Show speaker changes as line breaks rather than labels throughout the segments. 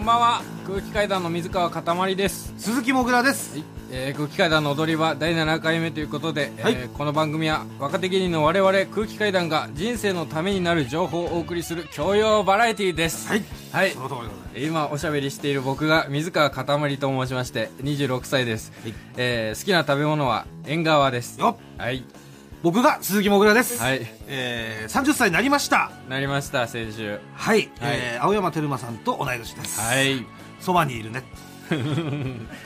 んばんは空気階段の水川かたまりです、
鈴木もぐらです
はいえー空気階段の踊り場第7回目ということで、
はい
えーこの番組は若手芸人の我々空気階段が人生のためになる情報をお送りする教養バラエティーです
はい
はい
その通りでございま
今おしゃべりしている僕が水川かたまりと申しまして26歳です、
はい
えー好きな食べ物は縁側です
すよっ
はい
僕が鈴木もぐらです
はい
えー、30歳になりました
なりました先週
はい、えー青山テルマさんと同い年です
はい
そばにいるね、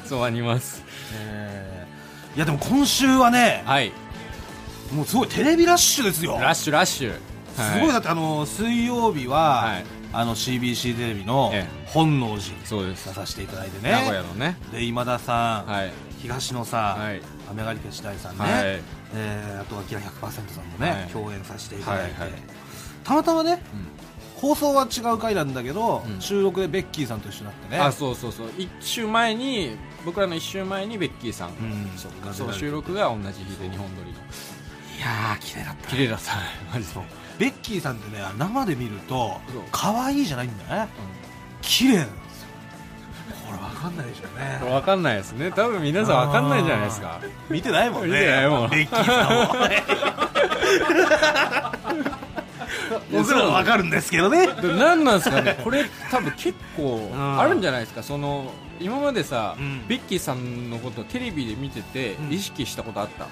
そうあります
えー、いやでも今週はね
はい
もうすごいテレビラッシュですよ
ラッシュラッシュは
すごいだってあの水曜日は、
はい
あの CBC テレビの
え
本能寺に
そうです
出させていただいてね
名古屋のね
で今田さん、
はい
東野さん、
はい
雨上がり決大さんね、
はい
えーあとはキラ100%さんもね、
はい
共演させていただいて、
はいはい
たまたまね、放送は違う回なんだけど、
うん
収録でベッキーさんと一緒になってね
あそうそうそう一週前に僕らの一週前にベッキーさん、
うん
そう
が出られ
そ
て
う収録が同じ日で日本撮りの
いやー綺麗だった
綺麗だったねマジで
そうベッキーさんってね生で見ると
そう
可愛いじゃないんだね綺麗なんですよこれわかんないでしょうね
こ れわかんないですね多分皆さんわかんないじゃないですか
見てないもん
見
ね
てないもん
ベッキーさんを 僕らはわかるんですけどね
で何なんですかねこれ多分結構
ん
あるんじゃないですかその今までさ、
うん
ベッキーさんのことテレビで見てて
うん
意識したことあった、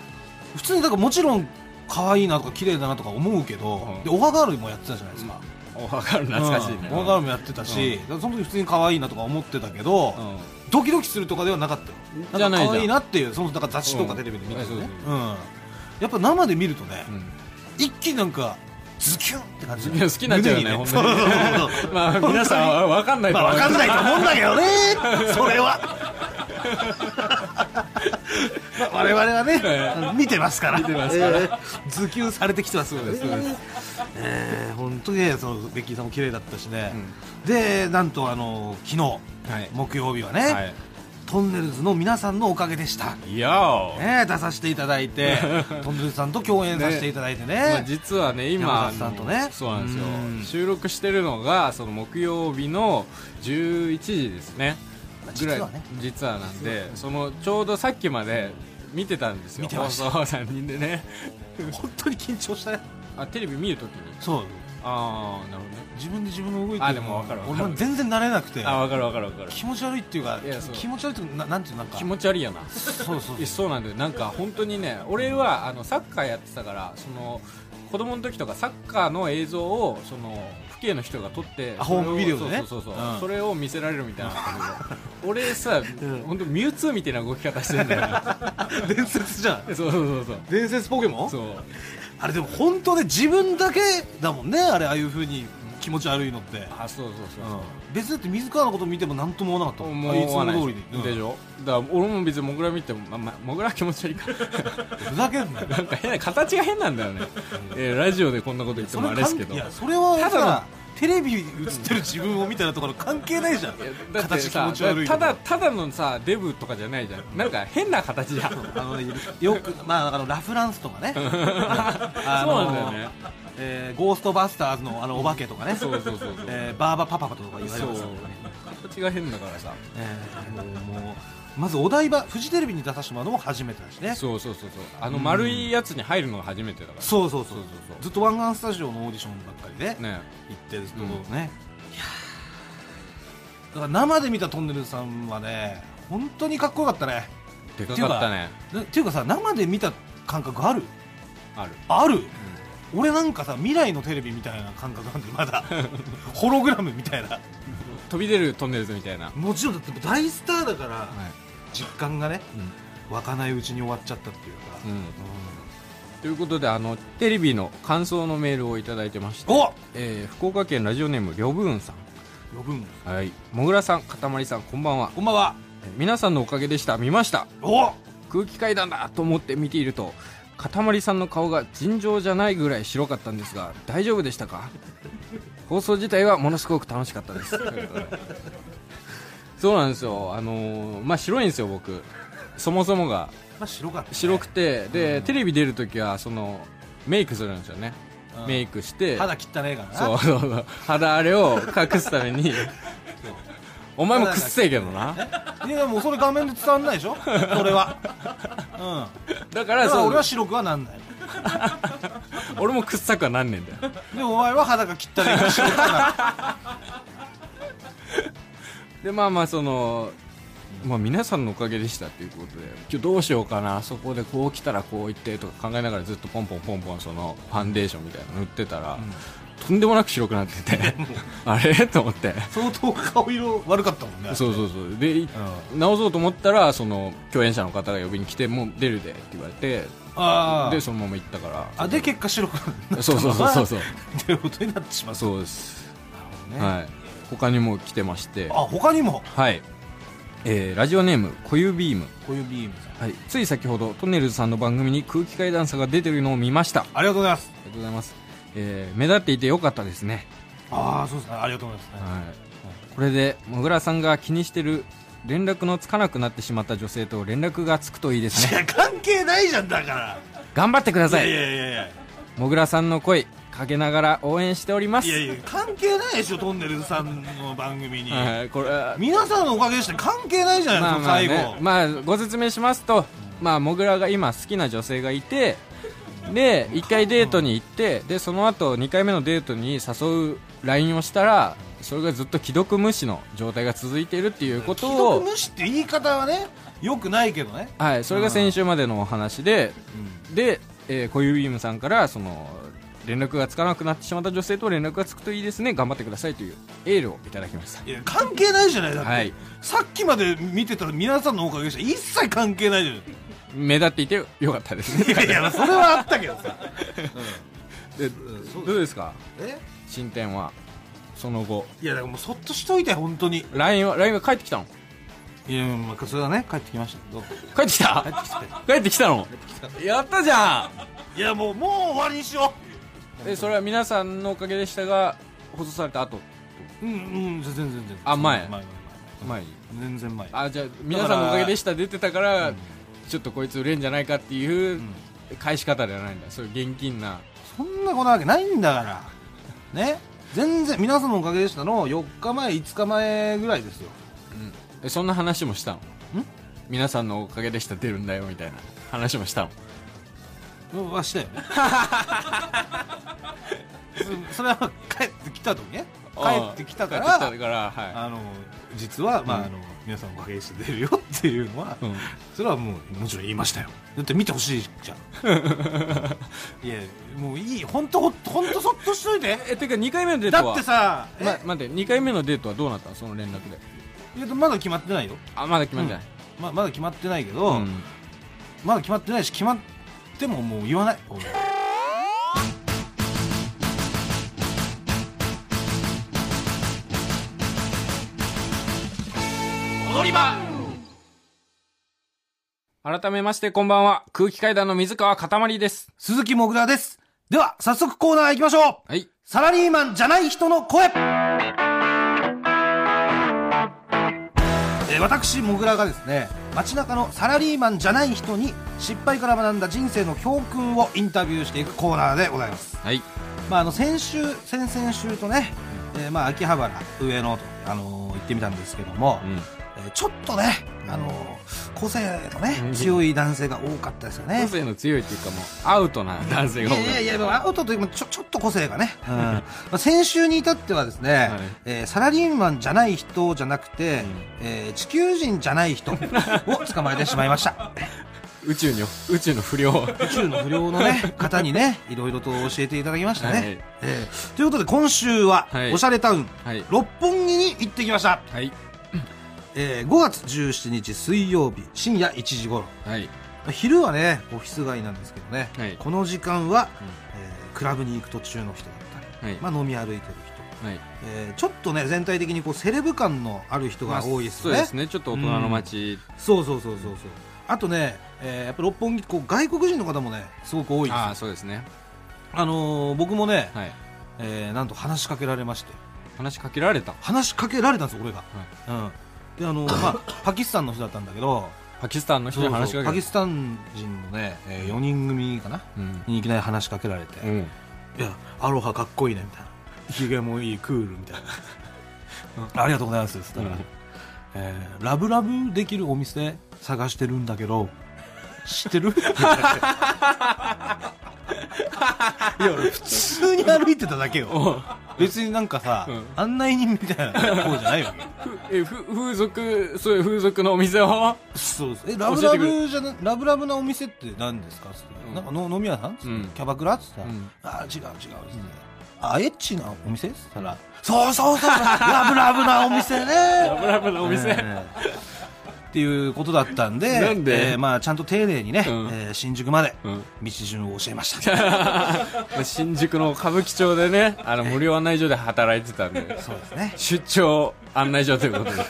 普通にだからもちろん可愛いなとか綺麗だなとか思うけど、
うん
でオハガールもやってたじゃないですか、
おわかる懐かしいね、
うんオハガールもやってたし、だからその時普通に可愛いなとか思ってたけど、
うん
ドキドキするとかではなかったよ
じゃ
んか
ないじゃん
可愛いなっていうそのだから雑誌とかテレビで見ててね、
うん
う
は
ん
いそう
やっぱ生で見るとね、
うん
一気になんかズキュンって感じ
いや好きになっちゃうよね本
胸
当に
そうそ うそう
まあ皆さんはわかんないと
まあ
思い
分
ます
かんないと思うんだけど ねそれはまあ我々はね見てますから
見てますから
えーズキュンされてきてますので
そうですそうです
えー本当にねそのベッキーさんも綺麗だったしね、でなんとあの昨日、
はい
木曜日はね、
はい
トンネルズの皆さんのおかげでした、ね、
いやー
出させていただいて トンネルズさんと共演させていただいてね
まあ、実はね今
山里さんとね
あのそうなんですよ
うん
収録してるのがその木曜日の11時ですね
まあ
ぐ
実
らい
はね
実はなんでそのちょうどさっきまで見てたんですよ
見てました
放送3人で ね
本当に緊張したね
あテレビ見るときに
そう
ああなるほどね
自分で自分の動いて
あでも分かる分かる
俺も全然慣れなくて
あ分かる分かる分かる
気持ち悪いっていうか
いやそう
気持ち悪いっていうかななんていうのなんか
気持ち悪いやな
そうそう
いやそうなんだよなんか本当にね俺はあのサッカーやってたからその子供の時とかサッカーの映像をその父兄の人が撮って
あ
それを
ホームビデオでね
そうそうそうそう、
うん
それを見せられるみたいなのだったけ ど俺さ、
ん
本当ミュウツーみたいな動き方してんだよね
伝説じゃん
そうそうそうそう
伝説ポケモン
そう
あれでも本当ね自分だけだもんねあれああいう風に気持ち悪いのって、
あそうそうそうそう、
別にだって水川のこと見ても何とも思わなかったもん
思わ
あ
ないい
つも通りに、
でしょ、だから俺も別にモグラ見ても、まあまあ、モグラは気持ち悪いから
うんふざけんなよ
なんか変な形が変なんだよね、えーラジオでこんなこと言ってもあれですけど
いやそれは
ただの
さテレビ映ってる自分を見たらところ関係ないじゃ
い
ん
やだって
形気
さ
持ち悪いと
た
か
だただのさデブとかじゃないじゃんなんか変な形じゃんそう
あのねよく、まあ、あのラフランスとかね そう
なんだよね
えーゴーストバスターズのあのお化けとかね、
そうそうそうそう、
えーバーバパパとか言われ
そう
ますよ
形が変だからさ
えーもうもうまずお台場フジテレビに出させてもらうのも初めてだしね
そうそうそうそうあの丸いやつに入るのが初めてだから
そうそうそ
そうそ
う
うそう
ずっと湾岸スタジオのオーディションばっかりで、
ね
行ってるところね、いやーだから生で見たトンネルズさんはね本当にかっこよかったね
でかかったね
なっていうかさ生で見た感覚ある
ある
ある、俺なんかさ未来のテレビみたいな感覚なんでま だホログラムみたいな
飛び出るトンネルズみたいな、はい
もちろんだって大スターだから実感がね湧かないうちに終わっちゃったっていうか、
う
うん
んということであのテレビの感想のメールをいただいてまして、
お
えー福岡県ラジオネームりょぶんさん
呼ぶん
はいもぐらさんかたまりさんこんばんは
こんばんは
えー皆さんのおかげでした見ました
お
空気階段だと思って見ているとかたまりさんの顔が尋常じゃないぐらい白かったんですが大丈夫でした か放送自体はものすごく楽しかったですそうなんですよあのーまあ白いんですよ僕そもそもが
まあ白かったね、
白くてでテレビ出るときはそのメイクするんですよね
うん
メイクして
肌切ったねえからな
そうそうそう肌荒れを隠すためにお前もくっせえけどない
やもうそれ画面で伝わんないでしょそれは うん
だから
だか
そ
ら
う
俺
俺
は白くはなんない
もくっさくはなんねんだよ
でお前は肌が切ったり白くは なる
でまあまあその、まあ、皆さんのおかげでしたっていうことで今日どうしようかなあそこでこう来たらこう行ってとか考えながらずっとポンポンポンポンそのファンデーションみたいなの塗ってたら、とんでもなく白くなって てあれと思って
相当顔色悪かったもんね
そうそうそうで、い直そうと思ったらその共演者の方が呼びに来てもう出るでって言われて
あ
で
ー
そのまま行ったから
あで結果白くなった
そうそうそうそうそう
っていうことになってしまう
そうです、
ね
はい他にも来てまして
あ他にも
はい、えーラジオネーム小指ビーム
こういうビームさん
はい、つい先ほどトンネルズさんの番組に空気階段さんが出てるのを見ましたあ
ありがとうございます
りがとうございます、えー目立っていてよかったですね、
ああそうですねありがとうございます、
はい、これでもぐらさんが気にしてる連絡のつかなくなってしまった女性と連絡がつくといいです
い
ね
や関係ないじゃんだか
頑張ってくだ
ら
さ
いや
い
いやいやいや
もぐらさんの声かけながら応援しております
いやいや関係ないでしょトンネルズさんの番組に、
はい、これは
皆さんのおかげでして関係ないじゃ
ま
な
あ
いです
ま
か、
あ、
最後
ね、まあご説明しますと、まあもぐらが今好きな女性がいてで1回デートに行ってでその後2回目のデートに誘う LINE をしたらそれがずっと既読無視の状態が続いているっていうこ
既
と
読
を
無視って言い方はねよくないけどね、
はいそれが先週までのお話でで、えー、小指ビームさんからその連絡がつかなくなってしまった女性と連絡がつくといいですね頑張ってくださいというエールをいただきました
いや関係ないじゃないだって、
はい
さっきまで見てたら皆さんのおかげでして一切関係ないじゃない
目立っていてよかったです ね
いやいやそれはあったけど さ
でどうですか
え
進展はその後
いやだからもうそっとしといて本当に
LINE は LINE が帰ってきたの
いやまあそれはね帰ってきましたけど
帰ってきた
帰ってきて
帰ってきたのやったじゃ
いやもうもう終わりにしよ
んでそれは皆さんのおかげでしたが放送された後
ううんうん全然全然
あ前
前前
前に
前全然前
あじゃあ皆さんのおかげでした出てたからちょっとこいつ売れんじゃないかっていう返し方ではないんだそういう現金な
そんなことなわけないんだからね全然皆さんのおかげでしたの4日前5日前ぐらいですよ
えそんな話もしたの皆さんのおかげでした出るんだよみたいな話もしたの
うんはしたよね そそれは帰ってきた時ね帰ってきたか
帰
ら
ってきたからは
あの実は、まああの皆さんのおかげでして出るよっていうのは、
い、うん
それはもうもちろん言いましたよだって見てほしいじゃ んいやもういい本当本当そっとしといて
えてか2回目のデート
だ
は
ってさえ
ま、待って2回目のデートはどうなったのその連絡で
いやまだ決まってないよ
あまだ決まってない、
ままだ決まってないけど、
うん
まだ決まってないし決まってももう言わない俺
改めましてこんばんは空気階段の水川かたまりです
鈴木もぐらですでは早速コーナー行きましょう
はい
サラリーマンじゃない人の声えー私もぐらがですね街中のサラリーマンじゃない人に失敗から学んだ人生の教訓をインタビューしていくコーナーでございます
はい
まあ、あの先週、先々週とね、えーまあ、秋葉原、上野と、あのー行ってみたんですけども、
うん
えーちょっとね、あのー個性の
うん
ね、強い男性が多かったですよね
個。性の強いっていうかもうアウトな男性
い
が多い
やいやいや、もうアウトというか、ちょちょっと個性がね、うんまあ、先週に至ってはですね、
い
えーサラリーマンじゃない人じゃなくて、えー地球人じゃない人を捕まえてしまい ました。
宇宙に宇宙の不 良
宇宙の不良のね、 方にね、いろいろと教えていただきましたね。
はい
えーということで、今週は、
はい
おしゃれタウン、
はい
六本木に行ってきました、
はい
えー5月17日水曜日深夜1時頃
はい
昼はねオフィス街なんですけどね、
はい
この時間は、
うん
えークラブに行く途中の人だったり、
はい
まあ、飲み歩いてる人、
はい
えーちょっとね全体的にこうセレブ感のある人が多いです
そう
ね,、
ですねちょっと大人の街
そうそうそうそうそうあとね、えーやっぱ六本木こう外国人の方もねすごく多いです
ああ
あ、
そうですね
のー僕もね、
はい
えーなんと話しかけられまして
話しかけられた
話しかけられたんですよ俺が、うん、であの、まあ、パキスタンの人だったんだけど
パキスタンの人
そう
に
そう
話しかけら
パ
れ
キ
た
スタン人のね、え4人組かな
うん
にいきなり話しかけられて
う
「
ん
いやアロハ かっこいいね」みたいな「ひげもいいクール」みたいな「ありがとうございます」っつったら「えーラブラブできるお店探してるんだけど、知ってるいや、俺普通に歩いてただけよ。別になんかさ、
うん
案内人みたいな方じゃないわけよ。
えふ風俗そういう風俗のお店を
そうですえ、ラブラブじゃな、ラブラブなお店って何ですかつって、
うん
なんかの飲み屋さんつって、
うん
キャバクラつって、
うん
ああ、違う違うつって、あ、エッチなお店つったら、そうそ うそう、ラブラブなお店ね。
ラブラブなお店、
ええっていうことだったんで
なんで
えーまあ、ちゃんと丁寧にね、
うん
えー新宿まで
うん
道順を教え ました、
新宿の歌舞伎町でねあの無料案内所で働いてたん で
そうですね
出張案内所ということで
で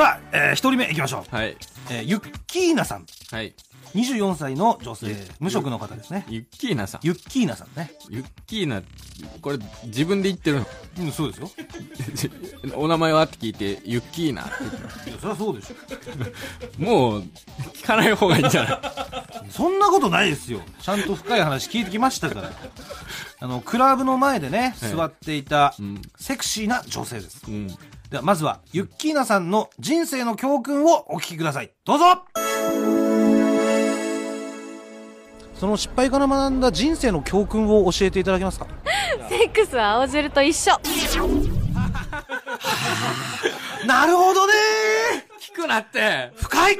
は、えー、1人目いきましょう、
はい
えーユッキーナさん
はい
24歳の女性無職の方ですね
ユッキーナさん
ユッキーナさんね、
ユッキーナこれ自分で言ってるの
うん、そうですよ
お名前はって聞いてユッキーナって
いやそりゃそうでしょ
もう聞かない方がいいんじゃない
そんなことないですよちゃんと深い話聞いてきましたからあのクラブの前でね
ええ
座っていた
ん
セクシーな女性です、
うん
ではまずはユッキーナさんの人生の教訓をお聞きくださいどうぞその失敗から学んだ人生の教訓を教えていただけますか
セックスは青汁と一緒
なるほどね
聞くなって
深い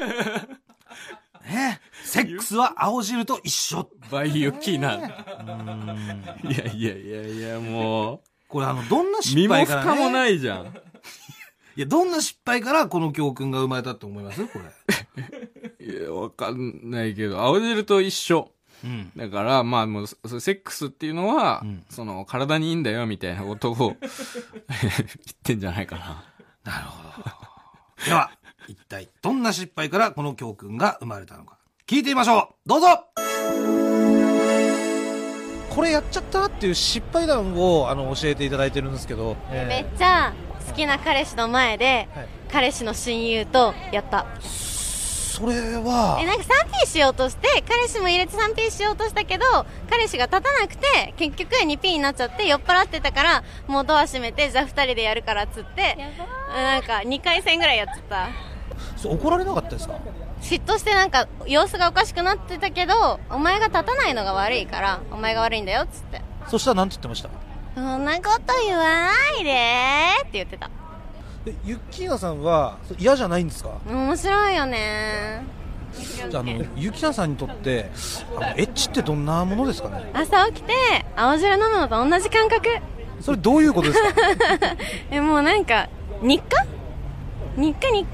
ねセックスは青汁と一緒
バイユッキーナいやいやいやいやも
これあのどんな
う
失
身も
敗から、ね、
蓋もないじゃん
いやどんな失敗からこの教訓が生まれたって思いますこれ
いやわかんないけど青汁と一緒
うん
だから、まあもう、そそセックスっていうのは、
うん
その、体にいいんだよ、みたいなことを、 言ってんじゃないかな。
なるほど。では、一体どんな失敗からこの教訓が生まれたのか。聞いてみましょうどうぞこれやっちゃったなっていう失敗談をあの教えていただいてるんですけど、
めっちゃ好きな彼氏の前で、
はい
彼氏の親友とやった
それは
えなんか 3P しようとして彼氏も入れて 3P しようとしたけど彼氏が立たなくて結局 2P になっちゃって酔っ払ってたからもうドア閉めてじゃあ2人でやるからっつってなんか2回戦ぐらいやっちゃった
そう怒られなかったですか
嫉妬してなんか様子がおかしくなってたけどお前が立たないのが悪いからお前が悪いんだよっつって
そしたら何て言ってました
そんなこと言わないでって言ってた
えユッキーナさんはそれ嫌じゃないんですか
面白いよね
じゃああのユッキーナさんにとってあのエッチってどんなものですかね
朝起きて青汁飲むのと同じ感覚
それどういうことですか
えもうなんか日課日課日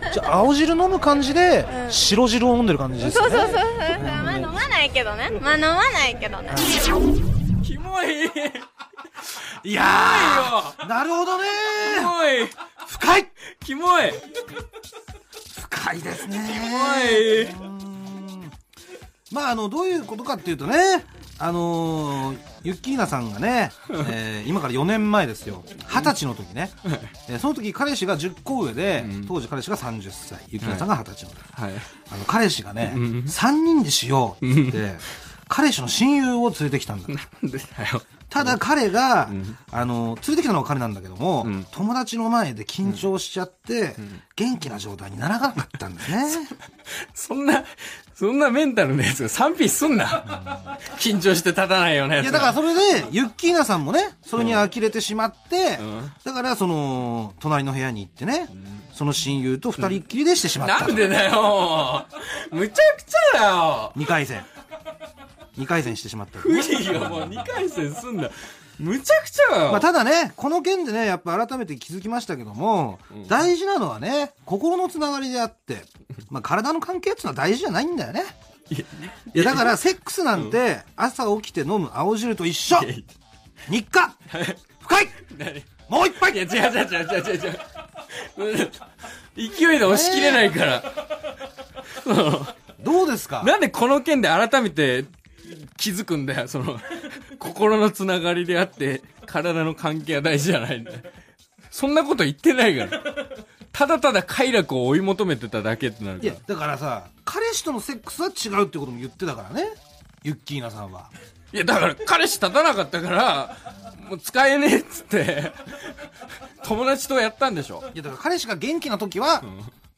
課
じゃあ青汁飲む感じで
うん
白汁を飲んでる感じですか
そう
ね
そうそうそうまあ飲まないけどねまあ飲まないけどね
キモいキ
いや
モ
ーなるほどね
い
深い
キモい
深いですね
い
まああのどういうことかっていうとねあのーユッキーナさんが ね、えー今から4年前ですよ二十歳の時ね、えーその時彼氏が10個上で、
うん
当時彼氏が30歳ユッキーナさんが二十歳の時、
はい。
あの彼氏がね、
うん
3人でしようって言って彼氏の親友を連れてきたんだ
なんでだよ。
ただ彼が、
うん
あの連れてきたのは彼なんだけども、
うん
友達の前で緊張しちゃって、元気な状態にならなかったんだ ね、
そんな、そんなメンタルのやつが賛否すんな。緊張して立たないよね。
いやだからそれでユッキーナさんもねそれに呆れてしまって、
うん
だからその隣の部屋に行ってね、その親友と二人っきりでしてしまったと、
なんでだよ。むちゃくちゃだよ。
2回戦2回戦してしまったと
不利よ、もう2回戦すんだ。むちゃくちゃだよ。
まあ、ただねこの件でねやっぱ改めて気づきましたけども、大事なのはね心のつながりであって、まあ、体の関係っていうのは大事じゃないんだよねいやだからセックスなんて朝起きて飲む青汁と一緒
いやい
日 課深い
何
もう一杯
いや、違う違う違う違う違う違う。勢いで押し切れないから。
どうですか
なんでこの件で改めて気づくんだよ、その、心のつながりであって、体の関係は大事じゃないんだよ。そんなこと言ってないから。ただただ快楽を追い求めてただけってなる
い
か
や
ら。
だからさ彼氏とのセックスは違うってことも言ってたからねユッキーナさんはい
や、だから彼氏立たなかったから、もう使えねえっつって、友達とやったんでしょ
いやだから彼氏が元気な時は、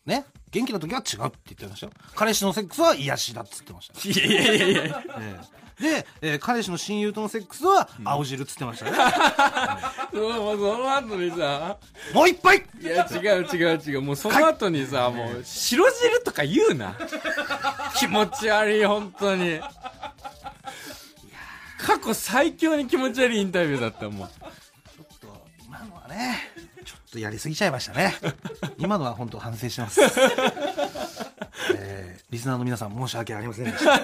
ね元気な時は違うって言ってましたよ彼氏のセックスは癒しだっつってました、
いやいやいやいや
ええで、えー彼氏の親友とのセックスは青汁っつってましたね、
そのその後にさ
もう一杯
いや違う違う違うもうその後にさもう白汁とか言うな気持ち悪い本当に過去最強に気持ち悪いインタビューだったもん
ちょっと今のはねちょっとやりすぎちゃいまし たね今のは本当反省してますえーリスナーの皆さん申し訳ありません でした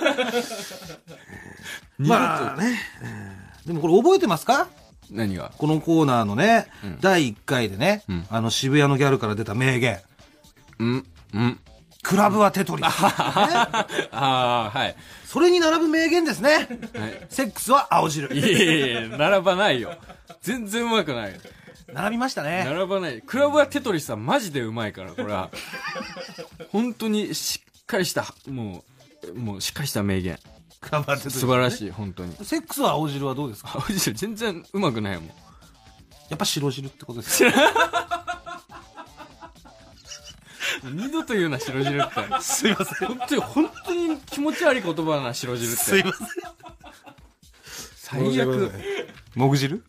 二度と
まあね、えーでもこれ覚えてますか
何が
このコーナーのね、第1回でね、
ん
あの渋谷のギャルから出た名言
うんうん
「クラブはテトリス」ね
ああはい
それに並ぶ名言ですね
はい
セックスは青
い
汁
やいやいや並ばないよ全然うまくない
並びましたね
並ばないクラブはテトリスはマジでうまいからこれは本当にしっかりしたもうもうしっかりした名言
クラブはテトリス
素晴らしい本当に
セックスは青汁はどうですか
青汁全然うまくないもん
やっぱ白汁ってことですか
二度と言うな白汁 って
すいません
本当に本当に気持ち悪い言葉だな白汁って
すいません
最悪
もぐ汁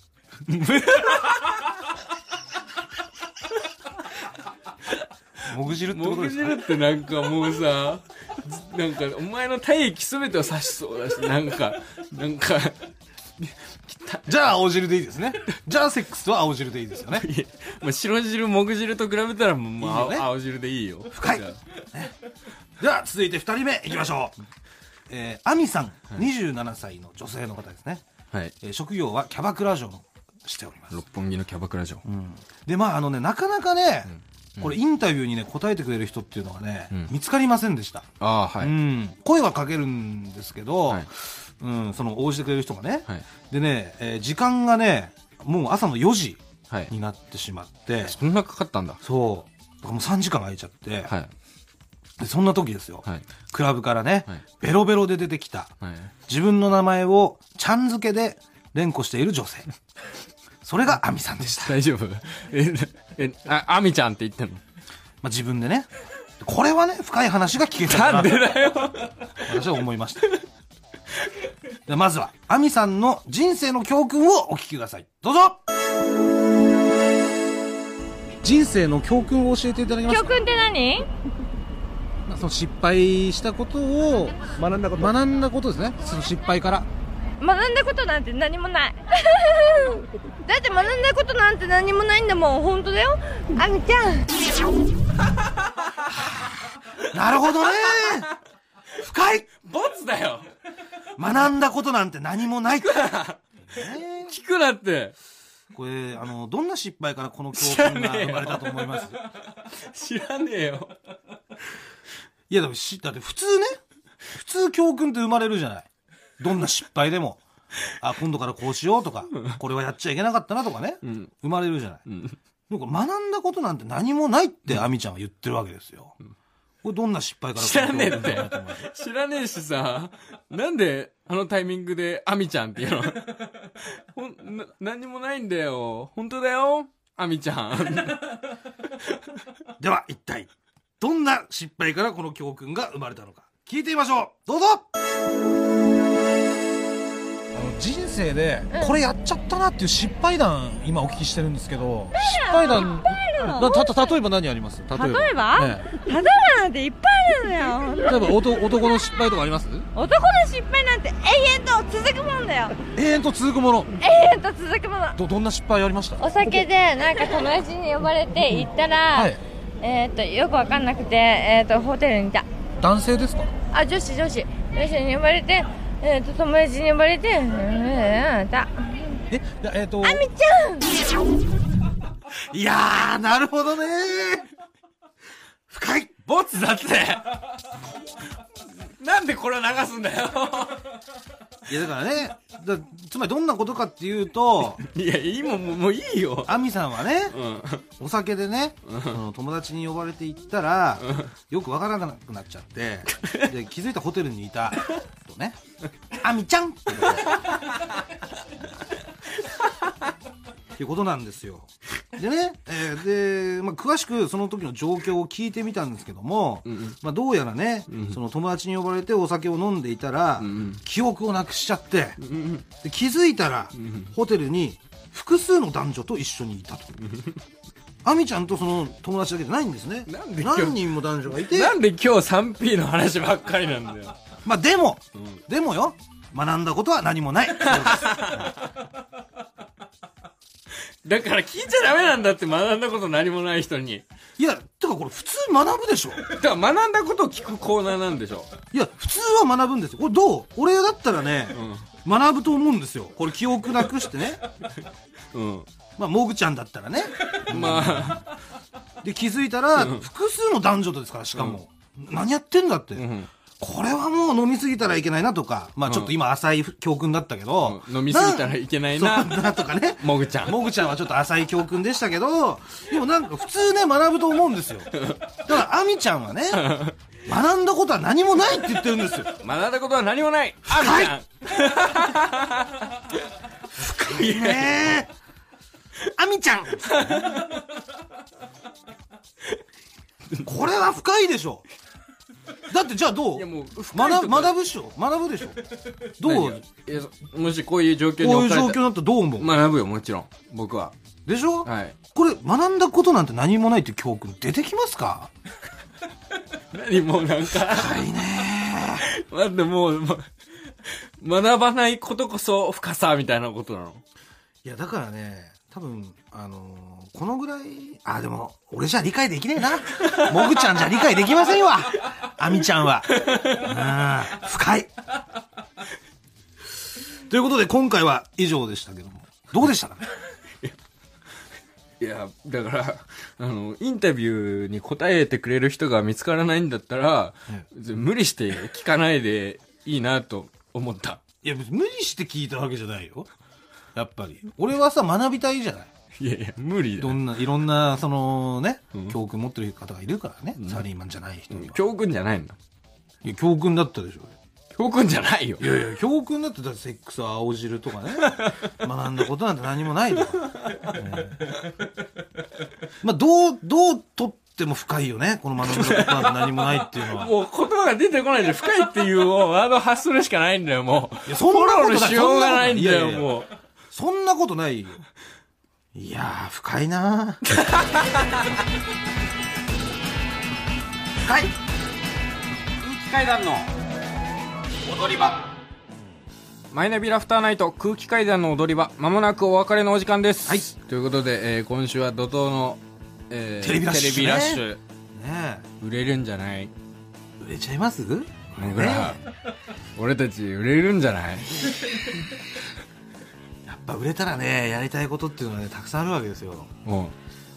もぐ汁ってこと
もぐ
ですか
汁ってなんかもうさ ずなんかお前の体液全てを刺しそうだしなんかなんか
じゃあ青汁でいいですねじゃあセックスは青汁でいいですよね
いやまあ白汁もぐ汁と比べたらもうもう
いいよね
青青汁でいいよ
深い
じゃあ
では続いて2人目いきましょうえー、アミさん27歳の女性の方ですね、
はい
えー職業はキャバクラ嬢のしております
六本木のキャバクラ嬢、
でまああのねなかなかね、これインタビューにね答えてくれる人っていうのがね、見つかりませんでした
ああはい、
うん、声はかけるんですけど、
はい
うん、その応じてくれる人がね、
はい
でね、えー時間がねもう朝の4時
はい
になってしまって、
そんなかかったんだ
そうだからもう3時間空いちゃって、
はい
でそんな時ですよ、
はい
クラブからね、
はい
ベロベロで出てきた
はい
自分の名前をちゃん付けで連呼している女性それがアミさんでした、
大丈夫ええあアミちゃんって言ってんの
まあ、自分でねこれはね深い話が聞けたかな
なんでだよ
私は思いました。でまずは、アミさんの人生の教訓をお聞きください。どうぞ人生の教訓を教えていただきまし
教
た。
訓って何
まあその失敗したことを学んだこと。学んだことですね。その失敗から。
学んだことなんて何もない だって学んだことなんて何もないんだもん本当だよあみちゃん
なるほどね。深い
ボツだよ
学んだことなんて何もない。ね
聞くなって
これ、あの、どんな失敗からこの教訓が生まれたと思います
知らねえよ
いや、でもし、だって普通ね、普通教訓って生まれるじゃない。どんな失敗でも。あ、今度からこうしようとか、これはやっちゃいけなかったなとかね、
ん
生まれるじゃない。
ん
でもこれ学んだことなんて何もないってアミちゃんは言ってるわけですよ。これどんな失敗から
知らねえって
この教訓が生まれたと思います
知らねえしさなんであのタイミングでアミちゃんっていうのほんな何もないんだよ本当だよアミちゃん
では、一体、どんな失敗からこの教訓が生まれたのか、聞いてみましょうどうぞ
人生でこれやっちゃったなっていう失敗談今お聞きしてるんですけど失敗談なたた例えば何あります例えば
例えば
ええ
肌なんていっぱいあるのよ
例えばおと男の失敗とかあります
男の失敗なんて永遠と続くもんだよ
永遠と続くもの
永遠と続くもの
どどんな失敗ありました
お酒でなんか友達に呼ばれて行ったら、
はい
えっ、とよくわかんなくて、えっとホテルにいた
男性ですか
あ女子女子女子に呼ばれてえっ、と友達に呼ばれてうんうんた
えでえっ、と
みちゃん
いやー、なるほどね深い
ボツだってなんでこれ流すんだよ
いや、だからね、だつまりどんなことかっていうと、
いや今もうもういいよ
アミさんはね、
うん
お酒でね、その友達に呼ばれて行ったら、よくわからなくなっちゃって、で、気づいたホテルにいた、とね、あみちゃんっていうことなんですよ。でね、えーで、まあ、詳しくその時の状況を聞いてみたんですけども、
ん
まあ、どうやらね、その友達に呼ばれてお酒を飲んでいたら、
ん
記憶をなくしちゃって、で気づいたら、ホテルに複数の男女と一緒にいたと。アミちゃんとその友達だけじゃないんですね。
なんで今日
何人も男女がいて、
なんで今日 3P の話ばっかりなんだよ。
まあでも、でもよ、学んだことは何 もない。
だから聞いちゃダメなんだって学んだこと何もない人に。
いや、てかこれ普通学ぶでしょ
だから学んだことを聞くコーナーなんでしょ。
いや、普通は学ぶんですよ。これどう俺だったらね、学ぶと思うんですよ。これ記憶なくしてね。
うん。
まあ、モグちゃんだったらね。
まあ、
で、気づいたら、複数の男女とですから、しかも。何やってんだって。
ん
これはもう飲みすぎたらいけないなとか、まあちょっと今浅い教訓だったけど、
うん飲みすぎたらいけないな
そうなとか ね。
もぐちゃん。
もぐちゃんはちょっと浅い教訓でしたけど、でもなんか普通ね、学ぶと思うんですよ。だから、アミちゃん はね、学んだことは何もないって言ってるんですよ。
学んだことは何もないあみちゃん
いいねあみちゃんこれは深いでしょだってじゃあどう
いやもう深いと
学
こ
ぶ学ぶっしょ学ぶでしょどうこ
いやそもしこういう状況
う
に
いう
置かれ
状況
た
になったらどう思う、
学ぶよもちろん僕は
でしょ、
はい
これ学んだことなんて何もないっていう教訓出てきますか
何もうなんか深いね 待ってもう、ま学ばないことこそ深さみたいなことなの
いやだからね多分あのーこのぐらいあでも俺じゃ理解でき ねえなもぐちゃんじゃ理解できませんわあみちゃんはうん深いということで今回は以上でしたけどもどうでしたか
いやだからあのインタビューに答えてくれる人が見つからないんだったら、無理して聞かないでいいなと思った
いや別に無理して聞いたわけじゃないよやっぱり俺はさ学びたいじゃない
いやいや無理だ
どんないろんなそのね教訓持ってる方がいるからね、サラリーマンじゃない人には、
教訓じゃないんだ
いや教訓だったでしょ
教訓じゃないよ
いやいや、教訓だって、だってセックスは青汁とかね。 学んだことなんて何もないとか。ええまあ、どう、どうとっても深いよね。この学んだことなんて何もないっていうのは。
もう言葉が出てこないで深いっていうワード発するしかないんだよ、もう。
いやそんな
フ
こ
ォ
と
ローの
ない
しようがないんだ
そんなことないいやいや
よ、
いや
もう。
そんなことないよ。いやー、深いなー深い
マイナビラフターナイト空気階段の踊り場、まもなくお別れのお時間です。
はい
ということで、えー今週は怒涛の、えー
テレビラッシュ
テ
ね
レビラッシュ
ね
売れるんじゃない
え、売れちゃいます
ほら、俺たち売れるんじゃない
やっぱ売れたらね、やりたいことっていうのはね、たくさんあるわけですよ。
も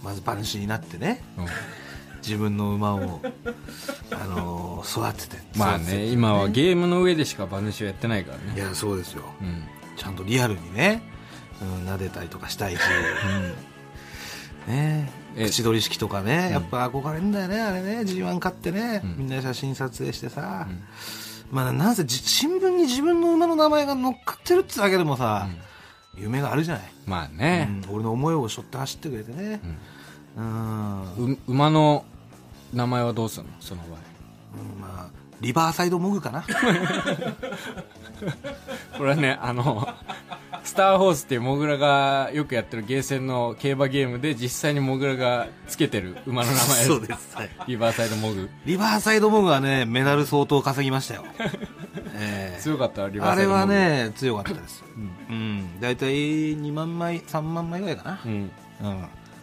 まず、馬主になってね。
う、うん
自分の馬を、あのー育てて
まあね、今はゲームの上でしか馬主をやってないから
い
ね。
やそうですよ
うん。
ちゃんとリアルにね、うん、撫でたりとかしたいし、ね
え
口取り式とかねやっぱ憧れんだよねあれね G1 買ってね、
ん
みんな写真撮影してさ、まあなんせじ新聞に自分の馬の名前が乗っかってるってだけでもさ、夢があるじゃない、
まあ
う
ね、
ん、俺の思いを背負って走ってくれてねうん、
う馬の名前はどうすんのその場合。
まあリバーサイドモグかな
これはねあのスターホースっていうモグラがよくやってるゲーセンの競馬ゲームで実際にモグラがつけてる馬の名前
そうです、はい
リバーサイドモグ
リバーサイドモグはね、メダル相当稼ぎましたよ。 ええ
強かったわリバ
あ
ーサイ
れ
ドモグ
はね、強かったです。うん。だいたい2万枚、3万枚ぐらいかな
う。ん
うん。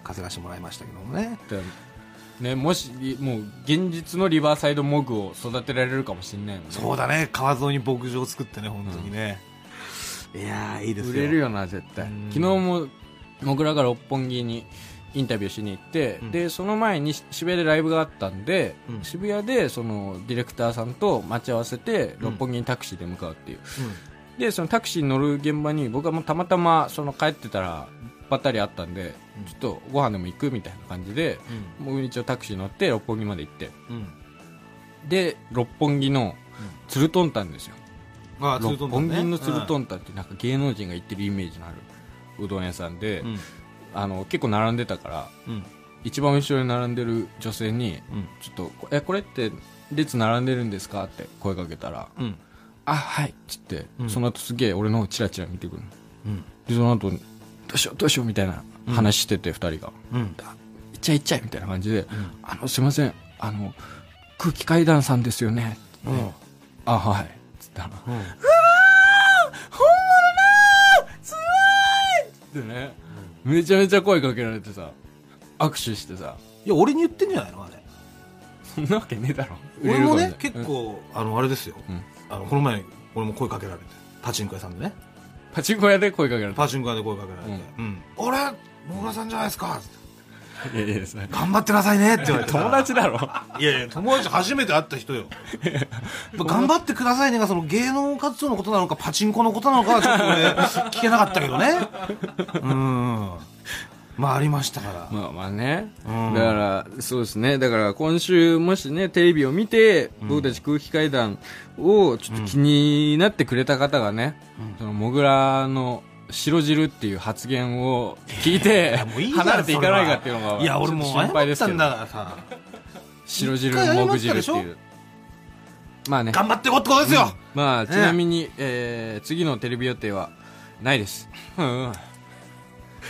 稼がしてもらいましたけどもね。
だねもしもう現実のリバーサイドモグを育てられるかもしれないもんね
そうだね、川沿いに牧場を作ってね、本当にね。いやー、いいですよ。
売れるよな絶対
うん
昨日もモグラが六本木にインタビューしに行って、
うん
でその前にし渋谷でライブがあったんで、
うん
渋谷でそのディレクターさんと待ち合わせて
うん
六本木にタクシーで向かうっていう、でそのタクシーに乗る現場に僕はもうたまたまその帰ってたらばったりあったんで、
うん
ちょっとご飯でも行くみたいな感じで、
う
もう一応タクシー乗って六本木まで行って
ん。うん。
で六本木のツルトンタンですよ、
あ
六本木のツルト
ン
ンタンってなんか芸能人が行ってるイメージのあるうどん屋さんで、
うん。
あの結構並んでたから
うん
一番後ろに並んでる女性に
うん
「ちょっとこえこれって列並んでるんですか?」って声かけたら
うん
「あはい」っつって、
うん
その後すげえ俺の方チラチラ見てくるの
うん
でその後どうしようどうしよう」みたいな話してて2人が
うん
「いっちゃいいっちゃい」みたいな感じで「あのすいませんあの空気階段さんですよね」
うん
あはい」っつったら「
うん
でね、めちゃめちゃ声かけられてさ握手してさ
いや俺に言ってんじゃないのあれ
そんなわけねえだろ
俺も
売
ね
れるか
結
もしれないうん
構あのあれですよ
うん
あのこの前俺も声かけられてパチンコ屋さんでね
パチンコ屋で声かけられた
パチンコ屋で声かけられて「うん俺野村さんじゃないですか」って
いやいやそれ
「頑張ってなさいね」って言われて
友達だろ
いやいや友達初めて会った 人よ頑張ってくださいねがその芸能活動のことなのかパチンコのことなのかはちょっ と俺聞けなかったけどねうんまあありましたから、
まあまあね、
うん
だからそうですねだから今週もしねテレビを見て、僕たち空気階段をちょっと気になってくれた方がね、そのモグラの白汁っていう発言を聞いて
もういいじゃん
離れていかないかっていうのが
それはいや俺もう
ちょっと
謝
心配で
っ
す
た
けど
んだからさ
白汁
一回謝
もぐ
った
汁
で
って
しょ
いうまあね
頑張ってこってことですよ、
まあちなみに、えー次のテレビ予定はないですうんうん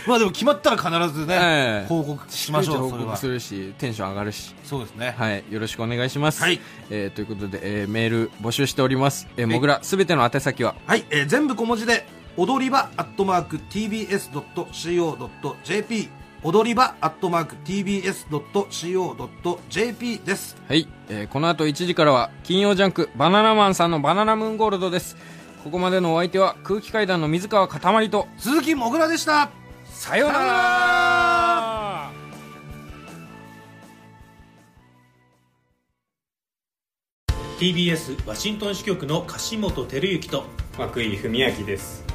まあでも決まったら必ずね、
ええ
報告しま しょうそ
報
れは
告するしテンション上がるし
そうですね、
はい、よろしくお願いします。
はい
えーということで、えーメール募集しております。えー、もぐら、すべての宛先は、
はい、えー全部小文字で踊り場アットマーク TBS.CO.JP 踊り場アットマーク TBS.CO.JP です
はい、えーこの後1時からは、金曜ジャンク、バナナマンさんのバナナムーンゴールドです。ここまでのお相手は、空気階段の水川かたまりと、
鈴木もぐらでした
さようなら
ー TBS ワシントン支局の樫本照之と
涌井文明です